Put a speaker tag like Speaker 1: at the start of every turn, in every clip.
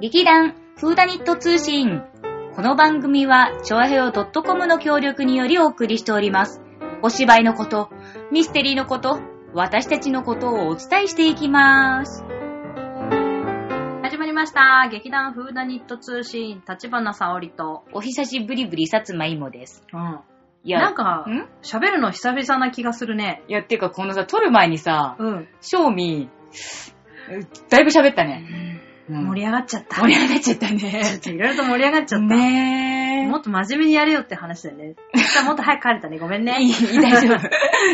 Speaker 1: 劇団フーダニット通信。この番組は、ちょあへよ .com の協力によりお送りしております。お芝居のこと、ミステリーのこと、私たちのことをお伝えしていきます。
Speaker 2: 始まりました。劇団フーダニット通信、立花沙織と。
Speaker 1: お久しぶりぶりさつまいもです。
Speaker 2: うん。
Speaker 1: い
Speaker 2: なんか、
Speaker 1: ん
Speaker 2: 喋るの久々な気がするね。
Speaker 1: いや、てかこのさ、撮る前にさ、
Speaker 2: うん。
Speaker 1: 賞味、だいぶ喋ったね。うん
Speaker 2: 盛り上がっちゃった。
Speaker 1: 盛り上がっちゃったね。
Speaker 2: ちょっといろいろと盛り上がっちゃった。
Speaker 1: ねえ。
Speaker 2: もっと真面目にやれよって話だよ ね。じゃあもっと早く帰れたね。ごめんね。
Speaker 1: いい、いい大丈夫。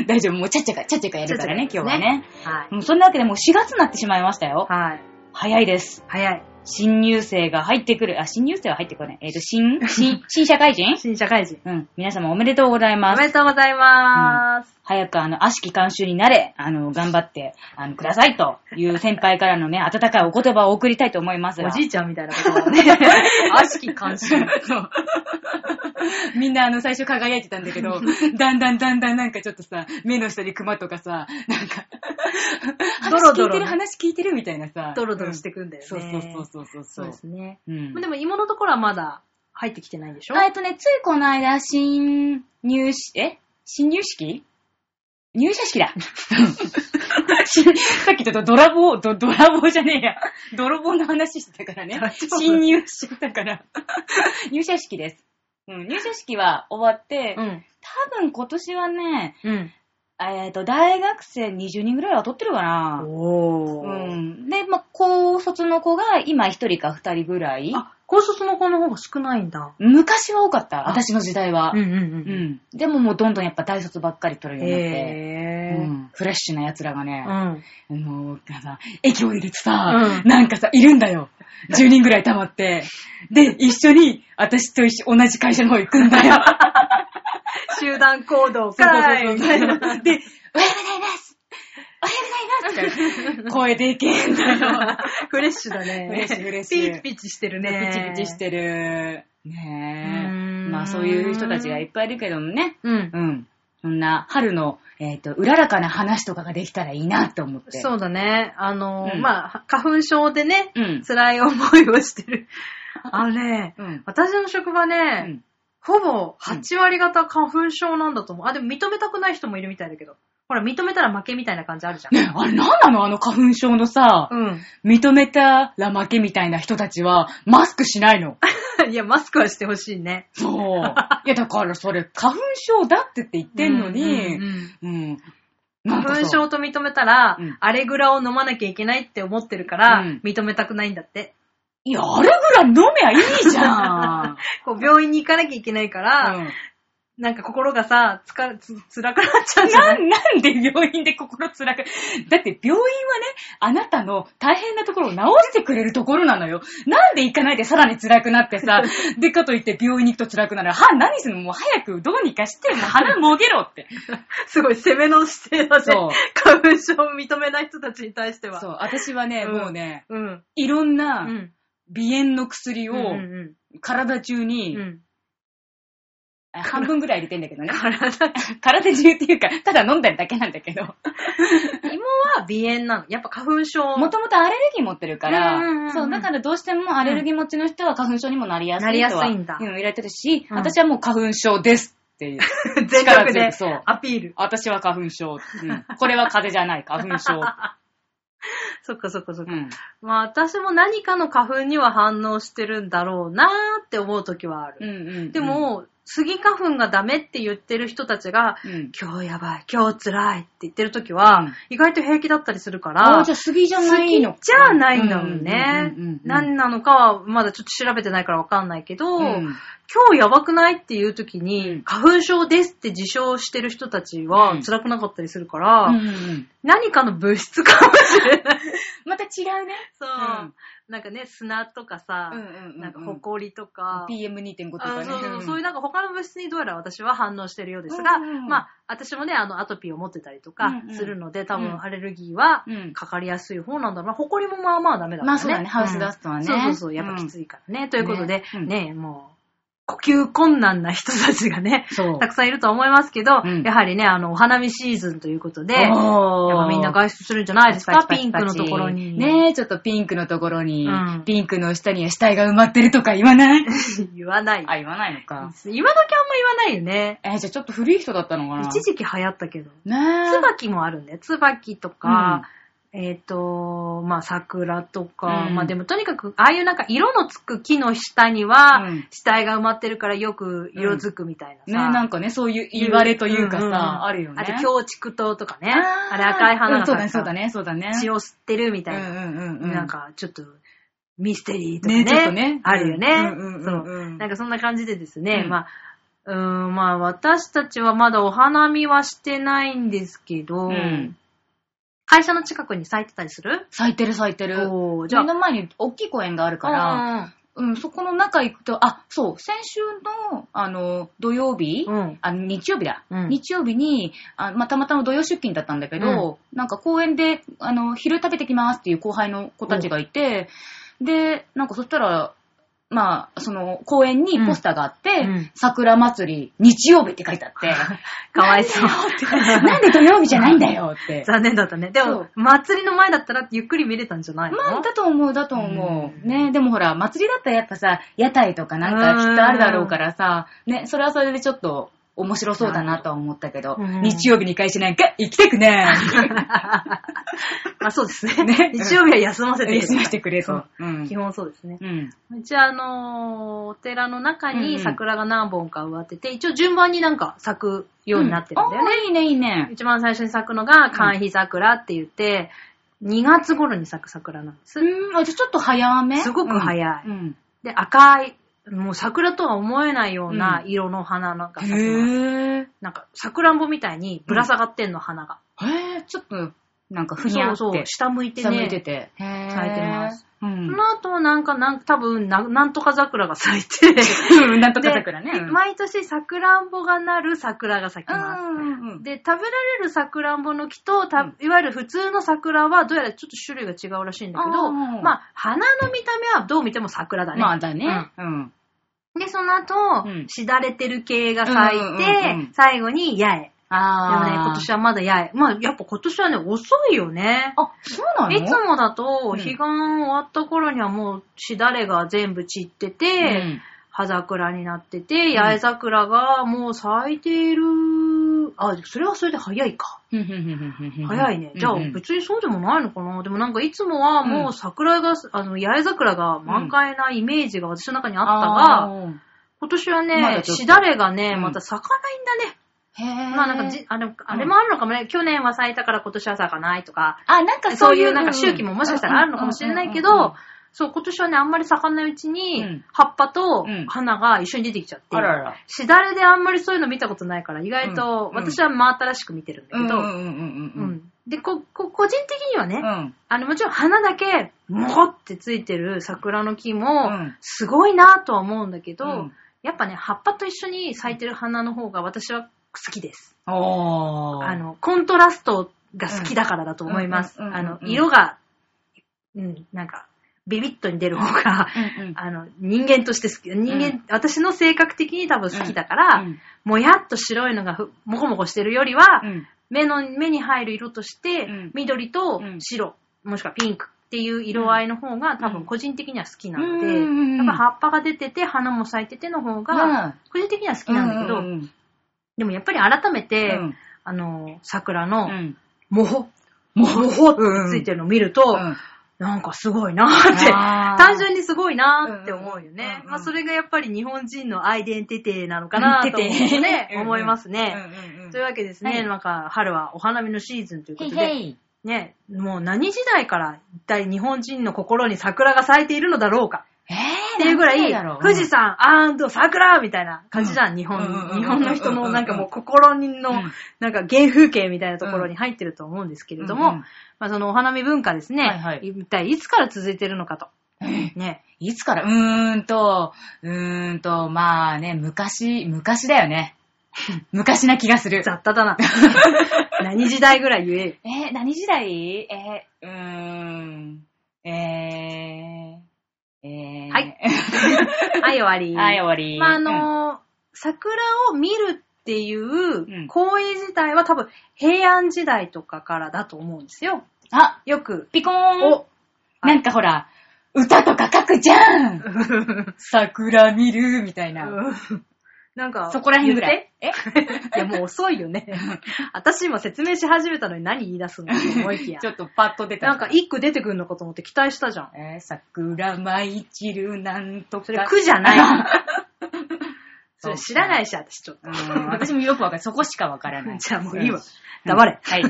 Speaker 1: 大丈夫。もうちゃっちゃか、ちゃっちゃかやるからね、
Speaker 2: ちゃ
Speaker 1: 今
Speaker 2: っ
Speaker 1: 日
Speaker 2: ちゃか
Speaker 1: はね。
Speaker 2: はい。
Speaker 1: もうそんなわけでもう4月になってしまいましたよ。
Speaker 2: はい。
Speaker 1: 早いです。
Speaker 2: 早い。
Speaker 1: 新入生が入ってくる。あ、新入生は入ってこない。えっ、と、新、 新、新社会人
Speaker 2: 新社会人。
Speaker 1: うん。皆様おめでとうござい
Speaker 2: お
Speaker 1: ます。
Speaker 2: めでとうございます。
Speaker 1: 早くあの、悪しき監修になれ、あの、頑張って、あの、くださいという先輩からのね、温かいお言葉を送りたいと思いますが。
Speaker 2: おじいちゃんみたいなこと だね。悪しき監視。
Speaker 1: そう。 みんなあの最初輝いてたんだけ ど、だんだんだんだんなんかちょっとさ、目の下にクマとかさ、なんか、
Speaker 2: ドロ
Speaker 1: 話聞
Speaker 2: ド
Speaker 1: い
Speaker 2: ロ
Speaker 1: てる話聞いてるみたいなさ。
Speaker 2: ドロドロしてくんだよね。
Speaker 1: そうそうそうそうそう。
Speaker 2: そうですね。
Speaker 1: うん。
Speaker 2: でも芋のところはまだ入ってきてないんでしょ
Speaker 1: あえっとね、ついこの間、新入し、え新入式入社式だ。新さっきちょっとドラボー、ドドラボーじゃねえや。泥棒の話してたからね
Speaker 2: 大丈。夫
Speaker 1: 新入社だから。入社式です。うん、入社式は終わって、
Speaker 2: うん。
Speaker 1: 多分今年はね、
Speaker 2: うん。
Speaker 1: えっ、と、大学生20人ぐらいは取ってるかな。
Speaker 2: お
Speaker 1: う
Speaker 2: ー。
Speaker 1: ん。で、まあ、高卒の子が今1人か2人ぐらい。
Speaker 2: あ、高卒の子の方が少ないんだ。
Speaker 1: 昔は多かった、
Speaker 2: あ
Speaker 1: 私の時代は。
Speaker 2: んうん
Speaker 1: うん。でももうどんどんやっぱ大卒ばっかり取るようになって。
Speaker 2: へ
Speaker 1: う
Speaker 2: ぇ
Speaker 1: ん、フレッシュな奴らがね、
Speaker 2: ー。うん。
Speaker 1: あのなんかさ、駅降りるとさ、
Speaker 2: うん
Speaker 1: なんかさ、いるんだよ。10人ぐらい溜まって。で、一緒に、私と一緒、同じ会社の方行くん だよ。
Speaker 2: 集団行
Speaker 1: そ
Speaker 2: 動
Speaker 1: う
Speaker 2: か
Speaker 1: そうそう そ
Speaker 2: い。
Speaker 1: う。で、おはようございますおはようございます って声でけえんだよ。
Speaker 2: フレッシュだね。
Speaker 1: フレッシュフレッシュ
Speaker 2: ピチピチしてるね。
Speaker 1: ピチピチし。てる。ね
Speaker 2: う
Speaker 1: え。
Speaker 2: ん
Speaker 1: まあそういう人たちがいっぱいいるけどもね。
Speaker 2: うん。
Speaker 1: うん。そんな春の、えっ、と、うららかな話とかができたらいいなって思って。
Speaker 2: そうだね。あのー、
Speaker 1: うん
Speaker 2: まあ、花粉症でね、
Speaker 1: うん。
Speaker 2: 辛い思いをしてる。あのね、
Speaker 1: うん。
Speaker 2: 私の職場
Speaker 1: う
Speaker 2: ね、
Speaker 1: ん。
Speaker 2: ほぼ8割方花粉症なんだと思う。あ、でも認めたくない人もいるみたいだけど。ほら、認めたら負けみたいな感じあ るじゃん。
Speaker 1: ねえあれなんなのあの花粉症のさ、
Speaker 2: う
Speaker 1: 認めたら負けみたいな人たちは、マスクしない の。
Speaker 2: ん。いや、マスクはしてほしいね。
Speaker 1: そう。いや、だからそれ、花粉症だってって言ってんの
Speaker 2: うんう
Speaker 1: に、う
Speaker 2: ん
Speaker 1: ん。
Speaker 2: うん
Speaker 1: なんか
Speaker 2: 花
Speaker 1: さ
Speaker 2: 粉症と認めたら、
Speaker 1: うん
Speaker 2: アレグラを飲まなきゃいけないって思ってるから、
Speaker 1: うん
Speaker 2: 認めたくないんだって。
Speaker 1: いや、あれぐらい飲めばいいじゃ ん。
Speaker 2: こう、病院に行かなきゃいけないから、
Speaker 1: うん
Speaker 2: なんか心がさ、つか、つ、辛くなっちゃうじゃな
Speaker 1: ないなんで病院で心辛く。だって病院はね、あなたの大変なところを治してくれるところなのよ。なんで行かないでさらに辛くなって さ、でかといって病院に行くと辛くなる。歯何するのもう早くどうにかして、もう鼻もげろって。
Speaker 2: すごい攻めの姿勢 だ
Speaker 1: そう
Speaker 2: ね。花粉症を認めない人たちに対しては。
Speaker 1: そう、私はね、
Speaker 2: うん
Speaker 1: もうね、
Speaker 2: うん。
Speaker 1: いろん
Speaker 2: う。
Speaker 1: なん鼻炎の薬を
Speaker 2: うんうん
Speaker 1: 体中
Speaker 2: う
Speaker 1: に、
Speaker 2: ん。うん。
Speaker 1: あ半分ぐらい入れてんだけどね。
Speaker 2: 体、
Speaker 1: 体中っていうか、ただ飲んだだけなんだけど。
Speaker 2: 芋は鼻炎なの。やっぱ花粉症。
Speaker 1: もともとアレルギー持ってるから、
Speaker 2: うんうんうんうん
Speaker 1: そう、だからどうしてもアレルギー持ちの人は花粉症にもなりやすいとは。
Speaker 2: なりやすいんだ
Speaker 1: うん、言われてるし、
Speaker 2: うん
Speaker 1: 私はもう花粉症ですっていう。
Speaker 2: 全力
Speaker 1: 力強
Speaker 2: で
Speaker 1: くそう
Speaker 2: アピール。
Speaker 1: 私は花粉症。うん。これは風邪じゃない、花粉症。
Speaker 2: そっかそっかそっ
Speaker 1: う
Speaker 2: か。
Speaker 1: ん。
Speaker 2: まあ私も何かの花粉には反応してるんだろうなーって思う時はあ
Speaker 1: う
Speaker 2: る。
Speaker 1: んうん、うん。
Speaker 2: で、も、スギ花粉がダメって言ってる人たちが、
Speaker 1: うん。
Speaker 2: 今日やばい、今日辛いって言ってる時は、
Speaker 1: うん
Speaker 2: 意外と平気だったりするから、
Speaker 1: ああ、じゃあ杉じゃ
Speaker 2: 好
Speaker 1: ない
Speaker 2: き
Speaker 1: のか
Speaker 2: じゃないんだもんね
Speaker 1: うんうんうんうん。
Speaker 2: 何なのかはまだちょっと調べてないからわかんないけど、
Speaker 1: うん
Speaker 2: 今日やばくないっていう時に、
Speaker 1: うん
Speaker 2: 花粉症ですって自称してる人たちは辛くなかったりするから、
Speaker 1: うんうんうん。
Speaker 2: 何かの物質かもしれない。
Speaker 1: また違うね。
Speaker 2: そう、
Speaker 1: うん
Speaker 2: なんかね、砂とかさ、
Speaker 1: ん
Speaker 2: なんか埃とか、
Speaker 1: PM2.5 とか
Speaker 2: あ
Speaker 1: ね。
Speaker 2: そうそうそう、そういう
Speaker 1: う
Speaker 2: なんか他の物質にどうやら私は反応してるようですが、
Speaker 1: うんうんうん
Speaker 2: まあ、私もね、あの、アトピーを持ってたりと
Speaker 1: う
Speaker 2: か
Speaker 1: んうん
Speaker 2: するので、多
Speaker 1: うん
Speaker 2: 分アレルギーは
Speaker 1: うん
Speaker 2: かかりやすい方なんだろうな。埃もまあまあダメだか
Speaker 1: ま
Speaker 2: らね。
Speaker 1: あそうだねハウスダストはね
Speaker 2: そうそうそう、やっぱきついからね。ということで、
Speaker 1: うん
Speaker 2: ね、もう、呼吸困難な人たちがね、
Speaker 1: そう
Speaker 2: た。くさんいると思いますけど、
Speaker 1: うん
Speaker 2: やはりね、あの、お花見シーズンということで、やっ
Speaker 1: おー
Speaker 2: ぱみんな外出するんじゃないですか、
Speaker 1: パ
Speaker 2: ピ
Speaker 1: チ
Speaker 2: ン
Speaker 1: パ
Speaker 2: ク
Speaker 1: チ
Speaker 2: のところに。
Speaker 1: ねえ、ちょっとピンクのところに、
Speaker 2: うん
Speaker 1: ピンクの下には死体が埋まってるとか言わない
Speaker 2: 言わない。
Speaker 1: あ、言わないのか。
Speaker 2: 今時あんま言わないよね。
Speaker 1: えーじゃあちょっと古い人だったのかな
Speaker 2: 一時期流行ったけど。
Speaker 1: ねえ。
Speaker 2: 椿もあるんだよ。椿とか、えっ、と、まあ、桜とか、
Speaker 1: うん
Speaker 2: まあでもとにかく、ああいうなんか色のつく木の下には、
Speaker 1: うん
Speaker 2: 死体が埋まってるからよく色づくみたいなさ。
Speaker 1: ねえ、なんかね、そういう言われというかさ、
Speaker 2: んんん
Speaker 1: あるよね。
Speaker 2: あと、京竹刀とかね。
Speaker 1: あー
Speaker 2: あれ赤い花
Speaker 1: う
Speaker 2: が
Speaker 1: んそ
Speaker 2: さ
Speaker 1: うだね、そうだね、そうだね。
Speaker 2: 血を吸ってるみたいな。
Speaker 1: うんうんうんうん。
Speaker 2: なん、か、ちょっと、ミステリーとか
Speaker 1: ねえ、
Speaker 2: ね。
Speaker 1: ちょっとね。
Speaker 2: あるよね。
Speaker 1: うんうん
Speaker 2: そううん
Speaker 1: うんうん。
Speaker 2: な
Speaker 1: か、
Speaker 2: んかそんな感じでですね、
Speaker 1: うん
Speaker 2: まあ、うーん、まあ私たちはまだお花見はしてないんですけど、
Speaker 1: うん
Speaker 2: 会社の近くに咲いてたりする
Speaker 1: 咲いてる咲いてる。
Speaker 2: おーじゃ
Speaker 1: 目
Speaker 2: あ、
Speaker 1: の前に大きい公園があるから、うん、そこの中行くと、あ、そう、先週の、あの、土曜日、
Speaker 2: うん、うん。
Speaker 1: あ日曜日だ、
Speaker 2: うん
Speaker 1: 日曜日にあ、まあ、たまたま土曜出勤だったんだけど、なんか公園であの昼食べてきますっていう後輩の子たちがいて、でなんかそしたら、まあ、その公園にポスターがあって、
Speaker 2: うんうん
Speaker 1: 桜祭り日曜日って書いてあ って、
Speaker 2: かわいそう。
Speaker 1: なんで土曜日じゃないんだよって。
Speaker 2: 残念だったね。で
Speaker 1: そ
Speaker 2: も
Speaker 1: う、
Speaker 2: 祭りの前だったらゆっくり見れたんじゃないの、
Speaker 1: まあ、だと思う、だと思う。
Speaker 2: うん
Speaker 1: ね、でもほら、祭りだったらやっぱさ、屋台とかなんかきっとあるだろうからさ、ね、それはそれでちょっと面白そうだなとは思ったけど、
Speaker 2: うん
Speaker 1: 日曜日に会社なんか行きたく ない。
Speaker 2: まあそうですね。
Speaker 1: ね
Speaker 2: 日曜日は休ませてくださ
Speaker 1: 休
Speaker 2: い
Speaker 1: ませてくれ
Speaker 2: そ
Speaker 1: と
Speaker 2: う。
Speaker 1: うん
Speaker 2: 基本そうですね。
Speaker 1: うん。
Speaker 2: うちあのーお寺の中
Speaker 1: うんう
Speaker 2: に
Speaker 1: ん
Speaker 2: 桜が何本か植わってて、一応順番になんか咲くようになってるんだよね。
Speaker 1: あーいいね、いいね。
Speaker 2: 一番最初に咲くのが、寒肥桜って言って、2月頃に咲く桜なんです。
Speaker 1: うん、あじゃあちょっと早め
Speaker 2: すごく早い
Speaker 1: うん。
Speaker 2: で、赤い、もう桜とは思えないような色の花なんか
Speaker 1: うん
Speaker 2: 咲きます。
Speaker 1: へぇ
Speaker 2: なんか、桜んぼみたいにぶら下がってんの、花が。
Speaker 1: ー。へぇー、ちょっと、なんかふにゃ
Speaker 2: そう
Speaker 1: って。
Speaker 2: そう、下向いて
Speaker 1: 下向いて
Speaker 2: ね。
Speaker 1: て。へぇ
Speaker 2: 咲いてます。
Speaker 1: う
Speaker 2: そ
Speaker 1: ん。
Speaker 2: の後、なんか、なん多分な、なんとか桜が咲いて、
Speaker 1: うん、 なんとか桜ね。
Speaker 2: で
Speaker 1: うん
Speaker 2: 毎年桜んぼがなる桜が咲きます。
Speaker 1: うんうん。
Speaker 2: で、食べられる桜んぼの木と、たいわゆる普通の桜は、どうやらちょっと種類が違うらしいんだけ
Speaker 1: あー
Speaker 2: ど、まあ、花の見た目はどう見ても桜だね。
Speaker 1: まあだね。うん。
Speaker 2: で、その後、
Speaker 1: うん
Speaker 2: しだれてる系が咲いて、
Speaker 1: うんうんうん
Speaker 2: 最後に八重。でも
Speaker 1: あ
Speaker 2: ね、今年はまだ八重。まあ、やっぱ今年はね、遅いよね。
Speaker 1: あ、そうなの
Speaker 2: いつもだと、
Speaker 1: うん
Speaker 2: 彼岸終わった頃にはもう、しだれが全部散ってて、
Speaker 1: うん
Speaker 2: 葉桜になってて、八重桜がもう咲いている。あ、それはそれで早いか。
Speaker 1: ふんふんふんふんふんふん
Speaker 2: 早いね。じゃあ
Speaker 1: うんうん
Speaker 2: 別にそうでもないのかな。でもなんかいつもはもう桜が、あの、八重桜が満開なイメージが私の中にあったが、
Speaker 1: あ
Speaker 2: 今年は
Speaker 1: まだちょ
Speaker 2: ね
Speaker 1: っ、と
Speaker 2: しだれがね、
Speaker 1: うん
Speaker 2: また咲かないんだね。
Speaker 1: ー、へぇ
Speaker 2: まあなんかじ、あの、あれもあるのかもね。去年は咲いたから今年は咲かないとか、
Speaker 1: あ、なんか
Speaker 2: そういうなんか周期ももしかしたらあるのかもしれないけ
Speaker 1: うんうんうんうん
Speaker 2: ど、そう、今年はね、あんまり咲かないうち
Speaker 1: う
Speaker 2: に
Speaker 1: ん、
Speaker 2: 葉っぱと
Speaker 1: うん
Speaker 2: 花が一緒に出てきちゃって
Speaker 1: あ、らら。
Speaker 2: しだれであんまりそういうの見たことないから、意外と
Speaker 1: うん
Speaker 2: 私は真新しく見てるんだ
Speaker 1: うんうん
Speaker 2: けど、
Speaker 1: うんう
Speaker 2: うんんで、こ、こ、個人的には
Speaker 1: う
Speaker 2: ね、
Speaker 1: ん。
Speaker 2: あの、もちろん花だけ、もこってついてる桜の木も
Speaker 1: うん、
Speaker 2: すごいなとは思うんだけど、
Speaker 1: うん
Speaker 2: やっぱね、葉っぱと一緒に咲いてる花の方が私は好きです。
Speaker 1: うん。おー。
Speaker 2: あの、コントラストが好きだからだと思います。
Speaker 1: うんうんうん
Speaker 2: あ
Speaker 1: うんうん
Speaker 2: の、色が、うん、なんか、ビビッとに出る方が、
Speaker 1: うんうん、
Speaker 2: あの、人間として好き。人間、
Speaker 1: うん
Speaker 2: 私の性格的に多分好きだから、
Speaker 1: うん
Speaker 2: もやっと白いのがふもこもこしてるよりは、
Speaker 1: うん
Speaker 2: 目の、目に入る色として、
Speaker 1: うん
Speaker 2: 緑と白、もしくはピンクっていう色合いの方が多
Speaker 1: うん
Speaker 2: 分個人的には好きなの
Speaker 1: うんうんうん
Speaker 2: で、やっぱ葉っぱが出てて花も咲いてての方
Speaker 1: う
Speaker 2: が
Speaker 1: ん、
Speaker 2: 個人的には好きなんだけど、
Speaker 1: うんうん
Speaker 2: でもやっぱり改めて、
Speaker 1: うん
Speaker 2: あの、桜
Speaker 1: う
Speaker 2: の、
Speaker 1: ん
Speaker 2: もほ、
Speaker 1: も
Speaker 2: もほってついてるのを見る
Speaker 1: う
Speaker 2: と、
Speaker 1: ん
Speaker 2: なんかすごいなーって、
Speaker 1: あー
Speaker 2: 単純にすごいなーって思うよ
Speaker 1: うんうん
Speaker 2: ね
Speaker 1: う。んうん
Speaker 2: まあそれがやっぱり日本人のアイデンティティなのかなと思うので思いますね。
Speaker 1: うんうん
Speaker 2: というわけですね、
Speaker 1: はい
Speaker 2: なんか春はお花見のシーズンということ
Speaker 1: へ
Speaker 2: で、
Speaker 1: いへい
Speaker 2: ね、もう何時代から一体日本人の心に桜が咲いているのだろうか
Speaker 1: え
Speaker 2: っていうぐらい、富士
Speaker 1: 山
Speaker 2: 山桜みたいな感じじゃん、日
Speaker 1: うんうんうんうん
Speaker 2: 本、
Speaker 1: うん
Speaker 2: 日本の人のなんかもう心の
Speaker 1: うん
Speaker 2: なんか原風景みたいなところに入ってると思うんですけれども、
Speaker 1: うんうん
Speaker 2: まあそのお花見文化ですね、
Speaker 1: はいはい
Speaker 2: 一体いつから続いてるのかと。ね、
Speaker 1: いつからうーんと、うーんと、まあね、昔、昔だよ ね。昔な気がする。
Speaker 2: 雑多 だな。何時代ぐらい言えよ。
Speaker 1: えー何時代えーうーん、えー、えー、
Speaker 2: はい。はい、終わり。
Speaker 1: はい、終わり。
Speaker 2: まあ、あのー桜を見るっていう行為自体は多分平安時代とかからだと思うんですよ。
Speaker 1: うんあ、
Speaker 2: よく。
Speaker 1: ピコーン。
Speaker 2: お、
Speaker 1: なんかほら、歌とか書くじゃん 桜見る、みたいな。
Speaker 2: なんか、
Speaker 1: そこら辺ぐら
Speaker 2: 言っ
Speaker 1: い。え
Speaker 2: て。いや、もう遅いよね。 私今説明し始めたのに何言い出すのと 思いき や
Speaker 1: ち。ょっとパッと出た。
Speaker 2: なんか、一句出てくるのかと思って期待したじゃん。
Speaker 1: えー、桜舞い散るなんとか。
Speaker 2: それ句じゃない。
Speaker 1: そう
Speaker 2: それ
Speaker 1: か
Speaker 2: 知らないし、私ちょっと
Speaker 1: う。ん、私もよくわかる。そこしかわからない。
Speaker 2: じゃあもういいわ
Speaker 1: ん。
Speaker 2: 黙れ。
Speaker 1: はい。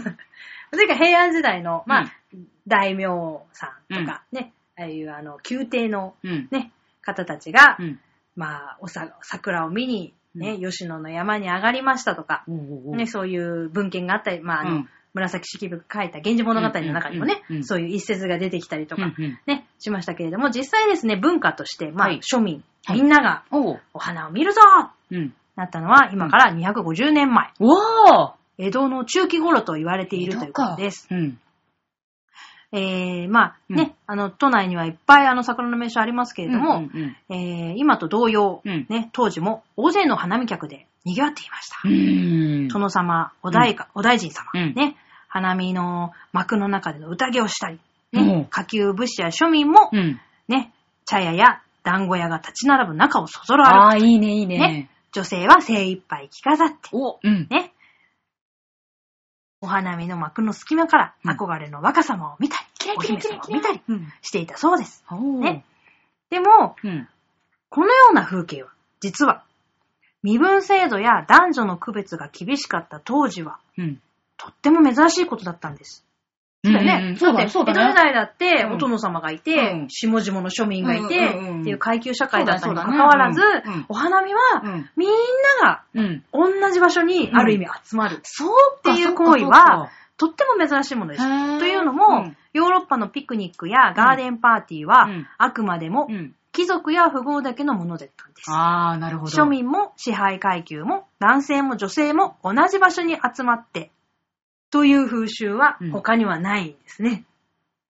Speaker 2: それから平安時代の、まあ、
Speaker 1: うん
Speaker 2: 大名さんとか、ね、ああいうあの、宮廷の
Speaker 1: うん。
Speaker 2: ね、方たちが、
Speaker 1: うん。
Speaker 2: まあ、おさ、桜を見に、ね、
Speaker 1: う
Speaker 2: 吉野の山に上がりましたとか、ね、そういう文献があったり、まあ、あの、
Speaker 1: うん
Speaker 2: 紫式部が書いた源氏物語の中にもね、
Speaker 1: うんうんうんうん
Speaker 2: そういう一節が出てきたりとか、
Speaker 1: うんうん
Speaker 2: ね、しましたけれども、実際ですね、文化として、まあ、
Speaker 1: はい
Speaker 2: 庶民、
Speaker 1: はい
Speaker 2: みんなが
Speaker 1: おう。
Speaker 2: お花を見るぞ
Speaker 1: うん。
Speaker 2: なったのは、今から250年前、
Speaker 1: おー
Speaker 2: 江戸の中期頃と言われているということです。
Speaker 1: うん。
Speaker 2: えー、まあ
Speaker 1: うん
Speaker 2: ね、あの、都内にはいっぱいあの桜の名所ありますけれど
Speaker 1: う
Speaker 2: も、
Speaker 1: んうん
Speaker 2: えー、今と同様、
Speaker 1: うん
Speaker 2: ね、当時も大勢の花見客で賑わっていました。
Speaker 1: うん。うん。
Speaker 2: 殿様、お大,、かお大臣様、
Speaker 1: うん
Speaker 2: ね、花見の幕の中での宴をしたり、ね、
Speaker 1: うん
Speaker 2: 下級武士や庶民も、
Speaker 1: うん。
Speaker 2: ね、茶屋や団子屋が立ち並ぶ中をそぞろ歩
Speaker 1: あ
Speaker 2: く。
Speaker 1: あ、いいね、いいね
Speaker 2: ね。女性は精一杯着飾って、
Speaker 1: おうん。
Speaker 2: ね、お花見の幕の隙間から
Speaker 1: うん
Speaker 2: 憧れの若様を見たり、
Speaker 1: キラ
Speaker 2: お
Speaker 1: キラ
Speaker 2: 姫
Speaker 1: キ
Speaker 2: 様
Speaker 1: ラ
Speaker 2: を
Speaker 1: キラ。
Speaker 2: 見たり
Speaker 1: うん。
Speaker 2: していたそうです。
Speaker 1: おー
Speaker 2: ね。でも、
Speaker 1: うん。
Speaker 2: このような風景は、実は、身分制度や男女の区別が厳しかった当時は、
Speaker 1: うん。
Speaker 2: とっても珍しいことだったんです。そうだよ
Speaker 1: んん
Speaker 2: ね
Speaker 1: ん。そうだね、そう
Speaker 2: 江戸
Speaker 1: だ
Speaker 2: 時
Speaker 1: ね。
Speaker 2: 代だって、
Speaker 1: うん
Speaker 2: お殿様がいて、
Speaker 1: うん
Speaker 2: 下々の庶民がいて、
Speaker 1: うんうんうん
Speaker 2: っていう階級社会だったにも
Speaker 1: そうだ
Speaker 2: か
Speaker 1: ね
Speaker 2: かわらず、
Speaker 1: うんうん
Speaker 2: お花見は、
Speaker 1: うん
Speaker 2: みんなが
Speaker 1: うん。
Speaker 2: 同じ場所にある意味集まるっ
Speaker 1: そう
Speaker 2: ていう行為は、、とっても珍しいものです。というのも、ヨーロッパのピクニックやガーデンパーティーは、
Speaker 1: うん
Speaker 2: あくまでも、
Speaker 1: うん。
Speaker 2: 貴族や富豪だけのものだったんです。
Speaker 1: ああ、なるほど。
Speaker 2: 庶。民も支配階級も男性も女性も同じ場所に集まって、という風習は
Speaker 1: うん
Speaker 2: 他にはないんですね。。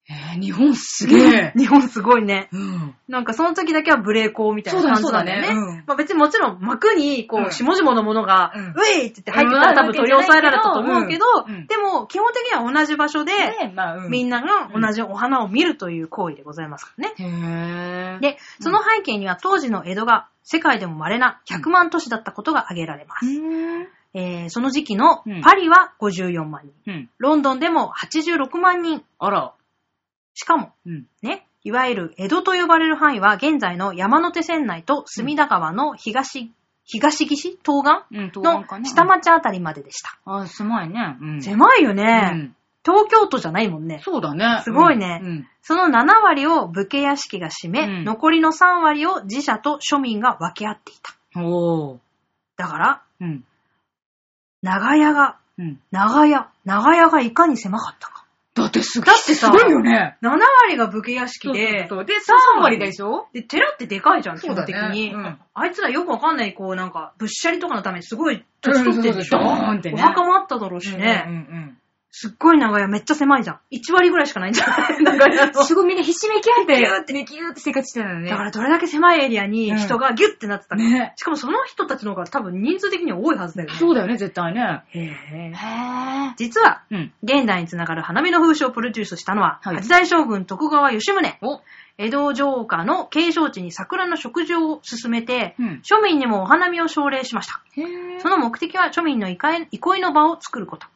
Speaker 1: えー、日本すげえ
Speaker 2: 日本すごいね。
Speaker 1: うん。
Speaker 2: なんかその時だけは無礼講みたいな感じなんだよね。
Speaker 1: そうだねそうだねうん
Speaker 2: まあ別にもちろん幕に、こ
Speaker 1: うん
Speaker 2: う、下々のものが、
Speaker 1: う
Speaker 2: うんえいって言って入ってきたら多分取り押さえられたと思うけど
Speaker 1: うんうん、
Speaker 2: でも基本的には同じ場所で、
Speaker 1: ねまあ、う
Speaker 2: みん
Speaker 1: な。
Speaker 2: なが同じお花を見るという行為でございますからね。
Speaker 1: へえ。
Speaker 2: で、その背景には当時の江戸が世界でも稀な100万都市だったことが挙げられます。
Speaker 1: うん、
Speaker 2: えーその時期の
Speaker 1: うん
Speaker 2: パリは54万人、
Speaker 1: うん。
Speaker 2: ロンドンでも86万人。
Speaker 1: あら。
Speaker 2: しかも、
Speaker 1: うん。
Speaker 2: ね、いわゆる江戸と呼ばれる範囲は現在の山手線内と隅田川の東、東岸東
Speaker 1: うん、
Speaker 2: 岸
Speaker 1: と
Speaker 2: の下。町あたりまででした。
Speaker 1: あ、狭いね。うん。
Speaker 2: 狭いよね、
Speaker 1: うん
Speaker 2: 東京都じゃないもんね。
Speaker 1: そうだね。
Speaker 2: すごいね
Speaker 1: うん。
Speaker 2: その7割を武家屋敷が占め、
Speaker 1: うん
Speaker 2: 残りの3割を自社と庶民が分け合っていた。
Speaker 1: うんおー。
Speaker 2: だから、
Speaker 1: うん。
Speaker 2: 長屋が、
Speaker 1: うん。
Speaker 2: 長屋、長屋がいかに狭かったか。
Speaker 1: だってすごい。
Speaker 2: だってさ
Speaker 1: すごいよね。
Speaker 2: 7割が武家屋敷で、
Speaker 1: そうそうそうで、
Speaker 2: 三
Speaker 1: 3割でしょ
Speaker 2: で、寺ってでかいじゃん、基
Speaker 1: そうだ
Speaker 2: 本
Speaker 1: ね
Speaker 2: 的に、
Speaker 1: うん
Speaker 2: あいつらよくわかんない、こう、なんか、ぶっしゃりとかのためにすごい土地取ってるでしょ、
Speaker 1: うんそうそうそうドーンってね
Speaker 2: お墓もあっただろうしね、
Speaker 1: うんうん
Speaker 2: すっごい長屋めっちゃ狭いじゃん。1割ぐらいしかないんじゃない長屋の。
Speaker 1: うん。すごいみんなひしめき合って、
Speaker 2: ギュ
Speaker 1: ーってね、ギューって生活してたのね。
Speaker 2: だからどれだけ狭いエリアに人がギュッてなってたか、
Speaker 1: ね。
Speaker 2: しかもその人たちの方が多分人数的には多いはずだよね。
Speaker 1: そうだよね、絶対ね。
Speaker 2: へえ
Speaker 1: へー。
Speaker 2: 実は、
Speaker 1: うん。
Speaker 2: 現代につながる花見の風習をプロデュースしたのは、
Speaker 1: はい
Speaker 2: 八代将軍徳川吉宗。
Speaker 1: お。
Speaker 2: 江戸城下の景勝地に桜の植樹を進めて、
Speaker 1: うん
Speaker 2: 庶民にもお花見を奨励しました。
Speaker 1: へー
Speaker 2: その目的は庶民の憩い憩いの場を作ること。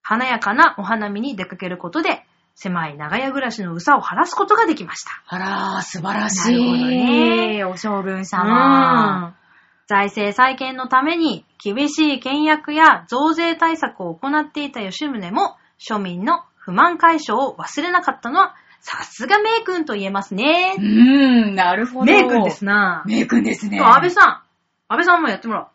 Speaker 2: 華やかなお花見に出かけることで、狭い長屋暮らしのうさを晴らすことができました。
Speaker 1: あらー、素晴らしい。
Speaker 2: なるほどね
Speaker 1: お将軍
Speaker 2: う
Speaker 1: 様。
Speaker 2: ん財政再建のために、厳しい倹約や増税対策を行っていた吉宗も、庶民の不満解消を忘れなかったのは、さすが名君と言えますね
Speaker 1: う。ん、なるほど。
Speaker 2: 名君です。な。
Speaker 1: 名君ですね。
Speaker 2: 安倍さん、安倍さんもやって もらおう。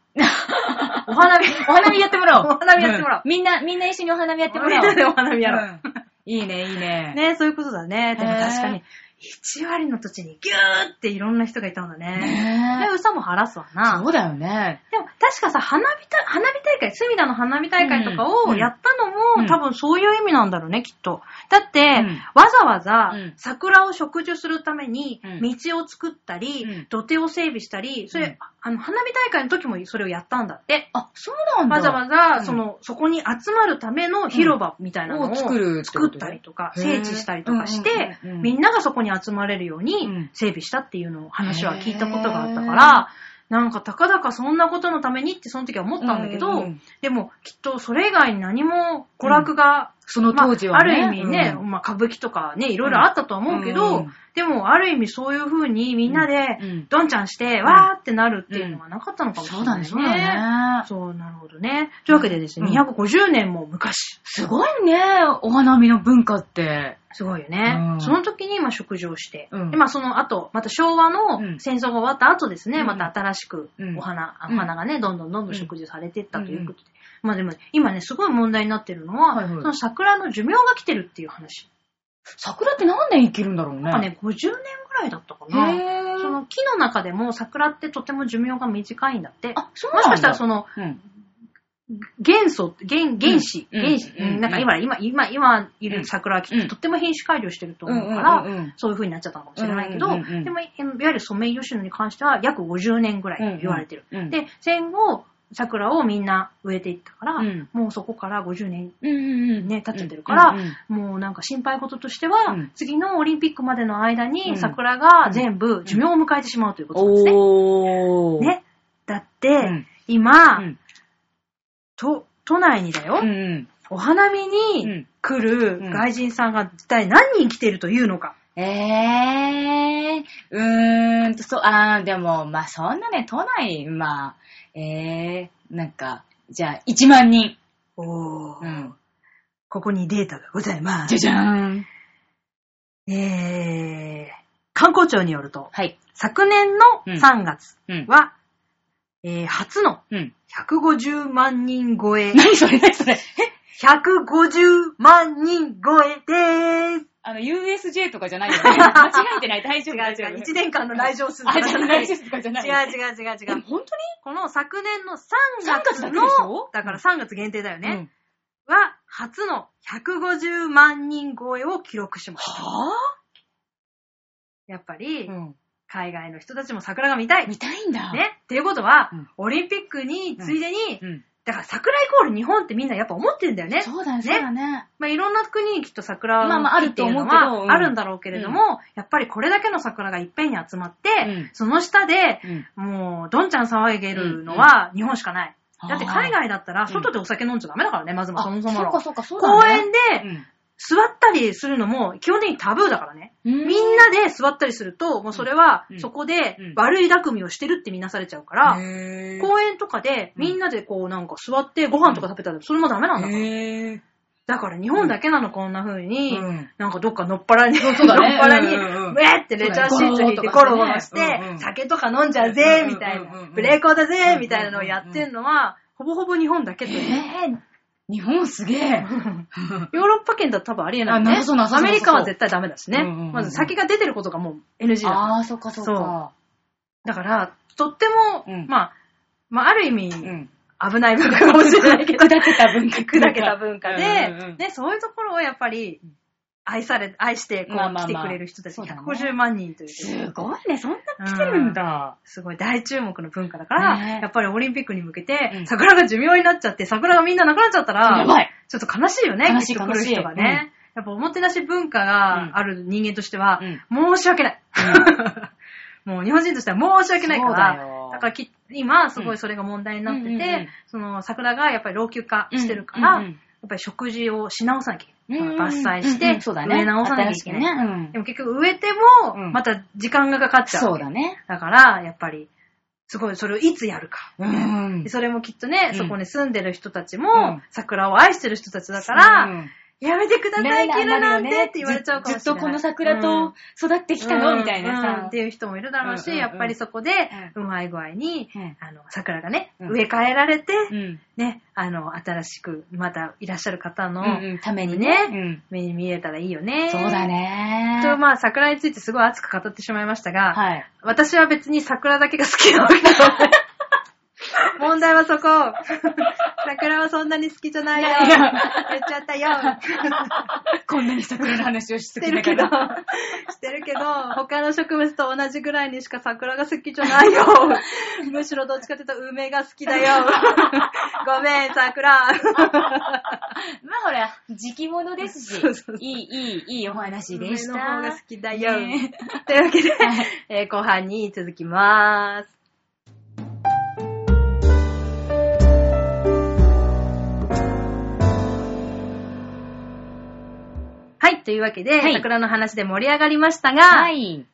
Speaker 2: お花見、
Speaker 1: お花見やってもらおう。
Speaker 2: お花見やってもらおう
Speaker 1: うんみんな、みんな一緒に お花見やってもらおう。
Speaker 2: みんなでお花見やろう。
Speaker 1: うんいいね、いいね。
Speaker 2: ね、そういうことだね。でも
Speaker 1: へー
Speaker 2: 確かに、 1割の土地にギューっていろんな人がいたんだね。
Speaker 1: ね
Speaker 2: で、うさも晴らすわ
Speaker 1: え。
Speaker 2: な
Speaker 1: そ。うだよね。
Speaker 2: でも確かさ、花火大花火大会、隅田の花火大会とか
Speaker 1: うんう
Speaker 2: を
Speaker 1: ん
Speaker 2: やったのも、
Speaker 1: うん
Speaker 2: 多分そういう意味なんだろうね、きっと。だって、
Speaker 1: ん
Speaker 2: わざわざ
Speaker 1: うん
Speaker 2: 桜を植樹するために
Speaker 1: うん
Speaker 2: 道を作ったり、
Speaker 1: うん
Speaker 2: 土手を整備したり、それ、
Speaker 1: うん
Speaker 2: あの、花火大会の時もそれをやったんだって。
Speaker 1: あ、そうなんだ。
Speaker 2: わざわ
Speaker 1: う
Speaker 2: ざ、
Speaker 1: ん
Speaker 2: その、そこに集まるための広場みたいなの
Speaker 1: を
Speaker 2: を
Speaker 1: 作るってこ
Speaker 2: 作
Speaker 1: と
Speaker 2: ったりとか、
Speaker 1: へー
Speaker 2: 整地したりとかして、
Speaker 1: うんうんうんうん
Speaker 2: みんながそこに集まれるよう
Speaker 1: う
Speaker 2: に
Speaker 1: ん
Speaker 2: 整備したっていうのを話は聞いたことがあったから、なんかたかだかそんなことのためにってその時は思ったんだけど、
Speaker 1: うんうん
Speaker 2: でもきっとそれ以外に何も娯楽が、
Speaker 1: その
Speaker 2: まあ
Speaker 1: 当時はね。
Speaker 2: ある意味ね、
Speaker 1: うん
Speaker 2: まあ歌舞伎とかね、いろいろあったとは思うけど、
Speaker 1: うん
Speaker 2: でもある意味そういう風にみんなで
Speaker 1: うんうん
Speaker 2: どんちゃんして、わーってなるっていうのがなかったのかもし
Speaker 1: そ
Speaker 2: れ
Speaker 1: うだ
Speaker 2: ない
Speaker 1: ね、そうだね。
Speaker 2: そう、なるほどね。というわけでですね、
Speaker 1: うん
Speaker 2: 250年も昔。
Speaker 1: すごいね、お花見の文化って。
Speaker 2: すごいよね。
Speaker 1: うん
Speaker 2: その時に、まあ、食事をして、
Speaker 1: うん
Speaker 2: でまあ、その後、また昭
Speaker 1: う
Speaker 2: 和
Speaker 1: ん
Speaker 2: の戦争が終わった後ですね、
Speaker 1: うん
Speaker 2: また新しく
Speaker 1: うん
Speaker 2: お花、
Speaker 1: うん
Speaker 2: お花がね、どんどんどんどん食事されていったということで。まあ、でも、今ね、すごい問題になってるのは、
Speaker 1: はいはい
Speaker 2: その桜の寿命が来てるっていう話。
Speaker 1: 桜って何年生きるんだろうね。
Speaker 2: なんかね、50年ぐらいだったかな。
Speaker 1: へー
Speaker 2: その木の中でも桜ってとても寿命が短いんだって。
Speaker 1: あ、そうな
Speaker 2: も
Speaker 1: んだ
Speaker 2: しかしたらその
Speaker 1: うん。
Speaker 2: 元素、元、原子、
Speaker 1: うん
Speaker 2: 原子、
Speaker 1: うん
Speaker 2: なんか今、今、今、今いる桜はきっと
Speaker 1: うん
Speaker 2: とっても品種改良してると
Speaker 1: う
Speaker 2: 思
Speaker 1: ん
Speaker 2: う
Speaker 1: う
Speaker 2: か
Speaker 1: ん
Speaker 2: ら、
Speaker 1: うんうん
Speaker 2: そういう風になっちゃったのかもしれないけど、
Speaker 1: うんうんうんうん
Speaker 2: でも、いわゆるソメイヨシノに関しては約50年ぐらい言われてる。
Speaker 1: うんうんうん
Speaker 2: で、戦後、桜をみんな植えていったから、
Speaker 1: うん
Speaker 2: もうそこから50年、
Speaker 1: うんうんうん
Speaker 2: ね経っちゃってるから
Speaker 1: うんうん
Speaker 2: もうなんか心配事としては、
Speaker 1: うん
Speaker 2: 次のオリンピックまでの間
Speaker 1: う
Speaker 2: に
Speaker 1: ん
Speaker 2: 桜が全部寿命を迎えてしまうということなんですね。
Speaker 1: おー。。
Speaker 2: ね。だって、
Speaker 1: ん
Speaker 2: 今、
Speaker 1: うん
Speaker 2: と、都内にだよ、
Speaker 1: うんうん
Speaker 2: お花見
Speaker 1: う
Speaker 2: に
Speaker 1: ん
Speaker 2: 来る
Speaker 1: うん
Speaker 2: 外人さんが一体何人来てるというのか。
Speaker 1: えー、うーんと、そう、あー、でも、まあ、そんなね、都内、まあ、えー、なんか、じゃあ、1万人。
Speaker 2: おー
Speaker 1: うん。
Speaker 2: ここにデータがございま
Speaker 1: じ
Speaker 2: す
Speaker 1: ゃ。じゃーん。
Speaker 2: えー、観光庁によると、
Speaker 1: はい。
Speaker 2: 昨年
Speaker 1: うん
Speaker 2: の3月
Speaker 1: うん。
Speaker 2: は、えー初の
Speaker 1: うん。
Speaker 2: 150万人超え、
Speaker 1: 何それ何それえ
Speaker 2: 150万人超えでーす。
Speaker 1: あの、USJ とかじゃない よね。間違えてない。大
Speaker 2: 違
Speaker 1: 丈
Speaker 2: う
Speaker 1: 夫。大丈
Speaker 2: 違
Speaker 1: 夫
Speaker 2: う、1年間の来場数
Speaker 1: あ、じゃあ大
Speaker 2: 違う
Speaker 1: 丈夫とかじゃない。う。
Speaker 2: 違う違う違
Speaker 1: でも
Speaker 2: う。
Speaker 1: 本
Speaker 2: この昨年の3
Speaker 1: 3月
Speaker 2: 月
Speaker 1: だけでし
Speaker 2: の
Speaker 1: ょ、
Speaker 2: だから3月限定だよ
Speaker 1: 当に
Speaker 2: ね、。は、初の150万人超えを記録しました。
Speaker 1: は
Speaker 2: やっぱり
Speaker 1: ぁ、、
Speaker 2: 海外の人たちも桜が見たい。
Speaker 1: 見たいんだ。
Speaker 2: ね。っていうことは、
Speaker 1: うん
Speaker 2: オリンピックに、ついでに、
Speaker 1: うん。
Speaker 2: だから桜イコール日本ってみんなやっぱ思ってるんだよね。
Speaker 1: そうだね、そうだね。
Speaker 2: まあいろんな国にきっと桜
Speaker 1: まあまああると思うけど
Speaker 2: っていうのは
Speaker 1: うん
Speaker 2: あるんだろうけれども、やっぱりこれだけの桜がいっぺんに集まって、
Speaker 1: うん
Speaker 2: その下で、
Speaker 1: うん。
Speaker 2: もう、どんちゃん騒げるのは日本しかない。
Speaker 1: うん
Speaker 2: だって海外だったら、
Speaker 1: ん
Speaker 2: 外でお酒飲んじゃダメだからね、まずも
Speaker 1: あ、
Speaker 2: そ
Speaker 1: そ
Speaker 2: も
Speaker 1: う
Speaker 2: そも
Speaker 1: か
Speaker 2: の。
Speaker 1: そうか、そう
Speaker 2: 公
Speaker 1: だね。
Speaker 2: 園で座ったりするのも基本的にタブーだからね。
Speaker 1: うん、
Speaker 2: みんなで座ったりすると、もうそれは
Speaker 1: う、ん
Speaker 2: そこで
Speaker 1: うん
Speaker 2: 悪い巧みをしてるってみなされちゃうから、
Speaker 1: へー
Speaker 2: 公園とかでみんなでこうなんか座ってご飯とか食べたら、それもダメなんだから。
Speaker 1: へー
Speaker 2: だから日本だけなの、こんな風に
Speaker 1: うん、
Speaker 2: なんかどっかのっぱらに、のっ
Speaker 1: そうだね
Speaker 2: ぱらに、
Speaker 1: うんうんうん
Speaker 2: ウェーってレジャーシート引いてゴ
Speaker 1: ゴロ
Speaker 2: ロゴ
Speaker 1: ゴ
Speaker 2: ロ
Speaker 1: ロ
Speaker 2: し
Speaker 1: しててうんう、ん
Speaker 2: 酒とか飲んじゃうぜ、みたい
Speaker 1: うんうんうん
Speaker 2: な
Speaker 1: う、ん
Speaker 2: ブレーコーだぜ、みたいなのをやってんのは、ほぼほぼ日本だけという。
Speaker 1: えー日本すげえ。
Speaker 2: ヨーロッパ圏だと多分ありえない
Speaker 1: あ
Speaker 2: よね
Speaker 1: なさそうな。さ
Speaker 2: ア
Speaker 1: そう
Speaker 2: メリカは絶対ダメだしね。
Speaker 1: うんうんうん
Speaker 2: まず先が出てることがもう NG だから。
Speaker 1: ああ、そっかそっか。
Speaker 2: だから、とっても、
Speaker 1: うん
Speaker 2: まあ、まあ、ある意味、
Speaker 1: うん。
Speaker 2: 危ない文化かもしれないけど、
Speaker 1: 砕けた文化。
Speaker 2: 砕けた文化で、
Speaker 1: うんうんうん
Speaker 2: ね、そういうところをやっぱり、愛され、愛して、こ
Speaker 1: まあ
Speaker 2: う、
Speaker 1: ま
Speaker 2: 来
Speaker 1: あ
Speaker 2: て
Speaker 1: まあ
Speaker 2: くれる人たち、
Speaker 1: そうだね
Speaker 2: 150万人ということで、
Speaker 1: すごいね、そんな来てるんだ。
Speaker 2: すごい大注目の文化だから、
Speaker 1: ね
Speaker 2: やっぱりオリンピックに向けて、
Speaker 1: うん
Speaker 2: 桜が寿命になっちゃって、桜がみんななくなっちゃったら、
Speaker 1: やばい。
Speaker 2: ちょっと悲しいよね、
Speaker 1: 悲しい
Speaker 2: きっと来る
Speaker 1: 悲しい
Speaker 2: 人がね。やっぱおもてなし文化がある人間としては、申し訳ない。 もう日本人としては申し訳ないか
Speaker 1: そ
Speaker 2: ら、
Speaker 1: うだよ
Speaker 2: だからき今すごいそれが問題になってて、
Speaker 1: うんうんうんうん
Speaker 2: その桜がやっぱり老朽化
Speaker 1: うん
Speaker 2: してるから、
Speaker 1: うんうん
Speaker 2: やっぱり食事をし直さなきゃいけない。
Speaker 1: うん
Speaker 2: 伐採し
Speaker 1: うん
Speaker 2: て
Speaker 1: うん、そうだね
Speaker 2: 植え直さなきゃいけない。
Speaker 1: 新しくねうん
Speaker 2: でも結局植えても、
Speaker 1: うん
Speaker 2: また時間がかかっちゃう。
Speaker 1: そうだね。
Speaker 2: だから、やっぱり、すごいそれをいつやるか。
Speaker 1: うん
Speaker 2: でそれもきっとね、
Speaker 1: うん
Speaker 2: そこに住んでる人たちも、
Speaker 1: うん
Speaker 2: 桜を愛してる人たちだから、
Speaker 1: うん
Speaker 2: やめてください、
Speaker 1: ね
Speaker 2: 着るな
Speaker 1: あん
Speaker 2: んて、
Speaker 1: まりはね
Speaker 2: って言われちゃうかもしれない。
Speaker 1: ずずっとこの桜と育ってきた
Speaker 2: う
Speaker 1: の
Speaker 2: ん
Speaker 1: みたいな
Speaker 2: うん
Speaker 1: さ
Speaker 2: って。いう人もいるだろうし、
Speaker 1: うんうんうん
Speaker 2: やっぱりそこで、うまい具合に、
Speaker 1: うん
Speaker 2: あの、桜がね、
Speaker 1: うん
Speaker 2: 植え替えられて、
Speaker 1: うん。
Speaker 2: ね、あの、新しく、またいらっしゃる方の
Speaker 1: うんうんために
Speaker 2: ね
Speaker 1: ね。うん
Speaker 2: 目に見えたらいいよね。
Speaker 1: そうだ。ね。
Speaker 2: と、まあ、桜についてすごい熱く語ってしまいましたが、
Speaker 1: はい。
Speaker 2: 私は別に桜だけが好きなわけではない。問題はそこ。桜はそんなに好きじゃないよ。
Speaker 1: いやいや
Speaker 2: 言っちゃったよ。
Speaker 1: こんなに桜の話をし
Speaker 2: し
Speaker 1: す
Speaker 2: て
Speaker 1: ぎ
Speaker 2: る
Speaker 1: だか
Speaker 2: けど、
Speaker 1: ら。
Speaker 2: してるけど、他の植物と同じぐらいにしか桜が好きじゃな いよ。むしろどっちかというと梅が好きだよ。ごめん、桜。
Speaker 1: まあほら、時期物ですし
Speaker 2: そうそうそう、
Speaker 1: いい、いい、いいお話でした。
Speaker 2: 梅の方が好きだよ。
Speaker 1: ね
Speaker 2: というわけで、
Speaker 1: はい
Speaker 2: えー後半に続きます。はい、というわけで、
Speaker 1: はい
Speaker 2: 桜の話で盛り上がりましたが、
Speaker 1: はい。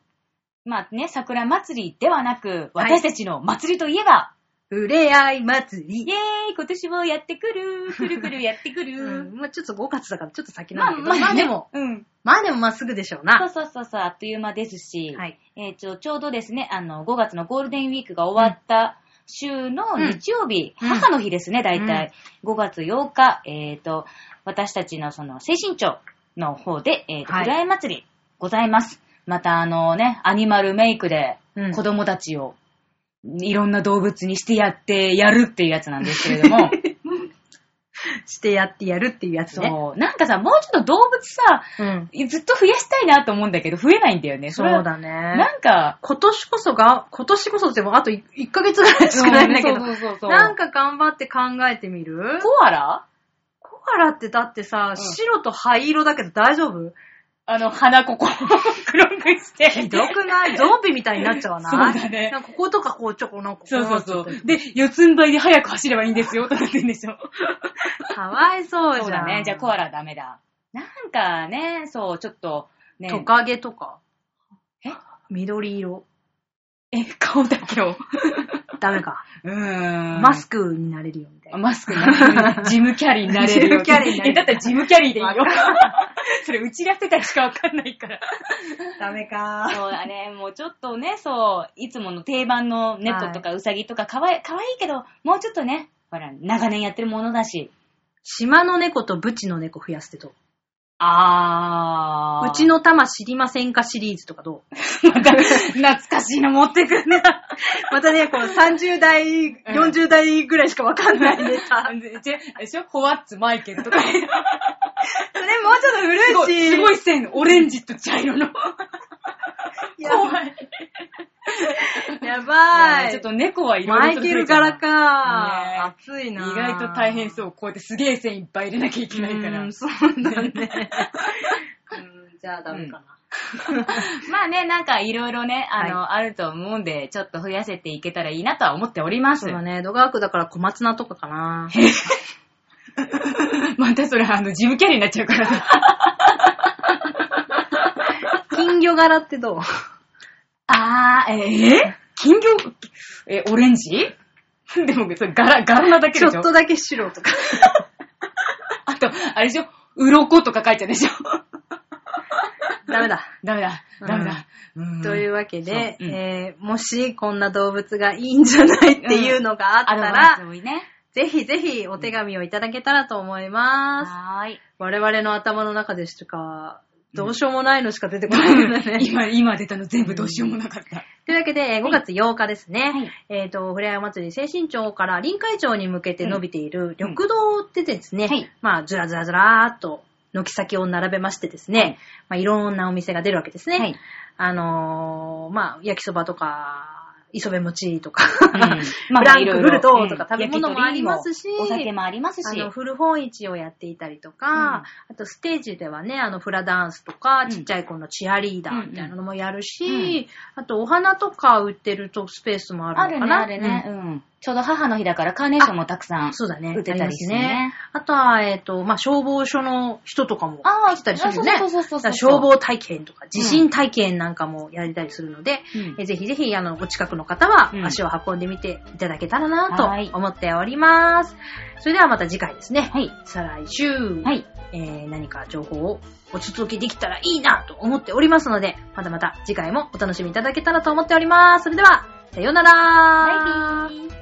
Speaker 1: まあね、桜祭りではなく、
Speaker 2: はい
Speaker 1: 私たちの祭りといえば、
Speaker 2: ふれあい祭り。
Speaker 1: イェーイ今年もやってくるくるくるやってくる、
Speaker 2: うん、まあちょっと5月だからちょっと先
Speaker 1: ま
Speaker 2: な
Speaker 1: あ
Speaker 2: んだけど、
Speaker 1: まあ、
Speaker 2: まあでも、
Speaker 1: うん。
Speaker 2: まあでもまあすぐでしょう
Speaker 1: そう
Speaker 2: な。
Speaker 1: そうそうそう、あっという間ですし、
Speaker 2: はい
Speaker 1: えーちょちょうどですね、あの、5月のゴールデンウィークが終わった週の日曜日、
Speaker 2: うん
Speaker 1: 母の日ですね、大体。5月8日、えっ、と、私たちのその、精神庁の方で、えっ、と、
Speaker 2: はい
Speaker 1: ふれあい祭りございます。またあのね、アニマルメイクで
Speaker 2: うん、
Speaker 1: 子供たちを、いろんな動物にしてやってやるっていうやつなんですけれど も、
Speaker 2: してやってやるっていうやつね。
Speaker 1: そう。なんかさ、もうちょっと動物さ、
Speaker 2: うん。
Speaker 1: ずっと増やしたいなと思うんだけど、増えないんだよね。
Speaker 2: そ
Speaker 1: れは
Speaker 2: うだね。
Speaker 1: なんか、
Speaker 2: 今年こそが、今年こそでもあと1ヶ月ぐらいしかないんだけ
Speaker 1: うん
Speaker 2: ど、
Speaker 1: そうそうそうそう
Speaker 2: なんか頑張って考えてみる
Speaker 1: コアラ
Speaker 2: コアラってだってさ、白と灰色だけど大丈夫
Speaker 1: あの、鼻ここ、 黒くして。ひ
Speaker 2: ひど くないゾンビみたいになっちゃわない
Speaker 1: そうだね
Speaker 2: なんかこことかこうちょこなんかこ
Speaker 1: そうそうそう
Speaker 2: ちょこ。
Speaker 1: で、四つん這いで早く走ればいいんですよ、とかって言うんでしょ。
Speaker 2: かわいそうじゃん。
Speaker 1: そうだね。じゃあコアラダメだ。なんかね、そう、ちょっと、ね。
Speaker 2: トカゲとか。
Speaker 1: え
Speaker 2: 緑色。
Speaker 1: え、顔だけを。
Speaker 2: ダメか。
Speaker 1: うーん。
Speaker 2: マスクになれるよみたいな。
Speaker 1: マスクになれる。ジムキャリーになれるよ。
Speaker 2: ジムキャリーになれる
Speaker 1: え、だったらジムキャリーでいいよ
Speaker 2: わか。
Speaker 1: それ、打ち出せたらしかわかんないから。
Speaker 2: ダメか。
Speaker 1: そうだね、もうちょっとね、そう、いつもの定番の猫とかウサギとかかわい、かわいいけど、もうちょっとね、ほら、長年やってるものだし。
Speaker 2: 島の猫とブチの猫増やしてと。う
Speaker 1: あー。
Speaker 2: ちの玉知りませんかシリーズとかどう
Speaker 1: また、懐かしいの持ってくるな。
Speaker 2: またね、こう30代、
Speaker 1: 40
Speaker 2: 代ぐらいしかわかんないネタ。
Speaker 1: あででしょホワッツマイケルとか。
Speaker 2: それもうちょっと
Speaker 1: すご
Speaker 2: 古
Speaker 1: い、
Speaker 2: いし。
Speaker 1: すごい線、オレンジと茶色の。
Speaker 2: や
Speaker 1: 怖い。
Speaker 2: やばい。
Speaker 1: ちょっと猫はいろいろ
Speaker 2: マイケル柄
Speaker 1: ねえ
Speaker 2: か。熱いな。
Speaker 1: 意外と大変
Speaker 2: う。
Speaker 1: そう。こうやってすげえ線いっぱい入れなきゃいけないから。
Speaker 2: うん、そうだ ね。うんじゃあダメかな。
Speaker 1: まあね、なんかいろいろね、あの、あると思うんで、ちょっと増やせていけたらいいなとは思っております
Speaker 2: そう。だね。土川区だから小松菜とかかな。
Speaker 1: またそれ、あの、ジムキャリーになっちゃうからさ。
Speaker 2: 金魚柄ってどう
Speaker 1: あー、えー、金魚、え、オレンジ でも、それ、柄、柄なだけでし
Speaker 2: ちょ
Speaker 1: ょ
Speaker 2: っとだけ 白とか。
Speaker 1: あと、あれでしょ鱗とか書いちゃうでしょ
Speaker 2: ダメだ。
Speaker 1: ダメだ、ダメだ。うん
Speaker 2: というわけで、
Speaker 1: そううん
Speaker 2: えーもしこんな動物がいいんじゃないっていうのがあった
Speaker 1: アドバイス
Speaker 2: ら、
Speaker 1: もいいね。
Speaker 2: ぜひぜひお手紙をいただけたらと思います。
Speaker 1: はーい。
Speaker 2: 我々の頭の中でしか、どうしようもないのしか出てこないんだね。
Speaker 1: 今、今出たの全部どうしようもなかった。
Speaker 2: というわけで、えー5月8日ですね。
Speaker 1: い
Speaker 2: えっ、と、ふれあい祭り、精神町から臨海町に向けて伸びている緑道ってですね、
Speaker 1: うんはい
Speaker 2: まあ、ずらずらずらーっと、軒先を並べましてですね、い、まあ、いろんなお店が出るわけですね。
Speaker 1: はい
Speaker 2: あのーまあ、焼きそばとか、磯辺餅とか、
Speaker 1: うんまあ
Speaker 2: フラ
Speaker 1: い
Speaker 2: ン
Speaker 1: ろ
Speaker 2: ク
Speaker 1: いろ
Speaker 2: フルトと
Speaker 1: う
Speaker 2: か
Speaker 1: ん
Speaker 2: 食べ物もありますし、
Speaker 1: 焼き鳥にもお酒もありますし。
Speaker 2: あの、古本市をやっていたりとか、あとステージではね、あの、フラダンスとか
Speaker 1: う、ん
Speaker 2: ちっちゃい子のチアリーダーみたいなのもやるし、
Speaker 1: うんうん
Speaker 2: あとお花とか売ってるとスペースもあ
Speaker 1: あ
Speaker 2: る
Speaker 1: る
Speaker 2: のか
Speaker 1: ね、
Speaker 2: な。
Speaker 1: あるね、う
Speaker 2: うん
Speaker 1: ん。ちょうど母の日だからカーネーションもたくさん。
Speaker 2: そうだね。
Speaker 1: 売ってたりしてね
Speaker 2: あますあとは、えっ、と、まあ、消防署の人とかも
Speaker 1: あー
Speaker 2: 来たりするよね。
Speaker 1: あそうそうそうそうそう
Speaker 2: だから消防体験とか、地震体験なんかもやりたりするので、
Speaker 1: うん
Speaker 2: えぜひぜひ、あの、お近くの方は
Speaker 1: うん
Speaker 2: 足を運んでみていただけたらな
Speaker 1: はい
Speaker 2: と思っております。それではまた次回ですね。
Speaker 1: はい。
Speaker 2: 再来週。
Speaker 1: はい。
Speaker 2: えー何か情報をお届けできたらいいなと思っておりますので、またまた次回もお楽しみいただけたらと思っております。それでは、さようなら
Speaker 1: バイビー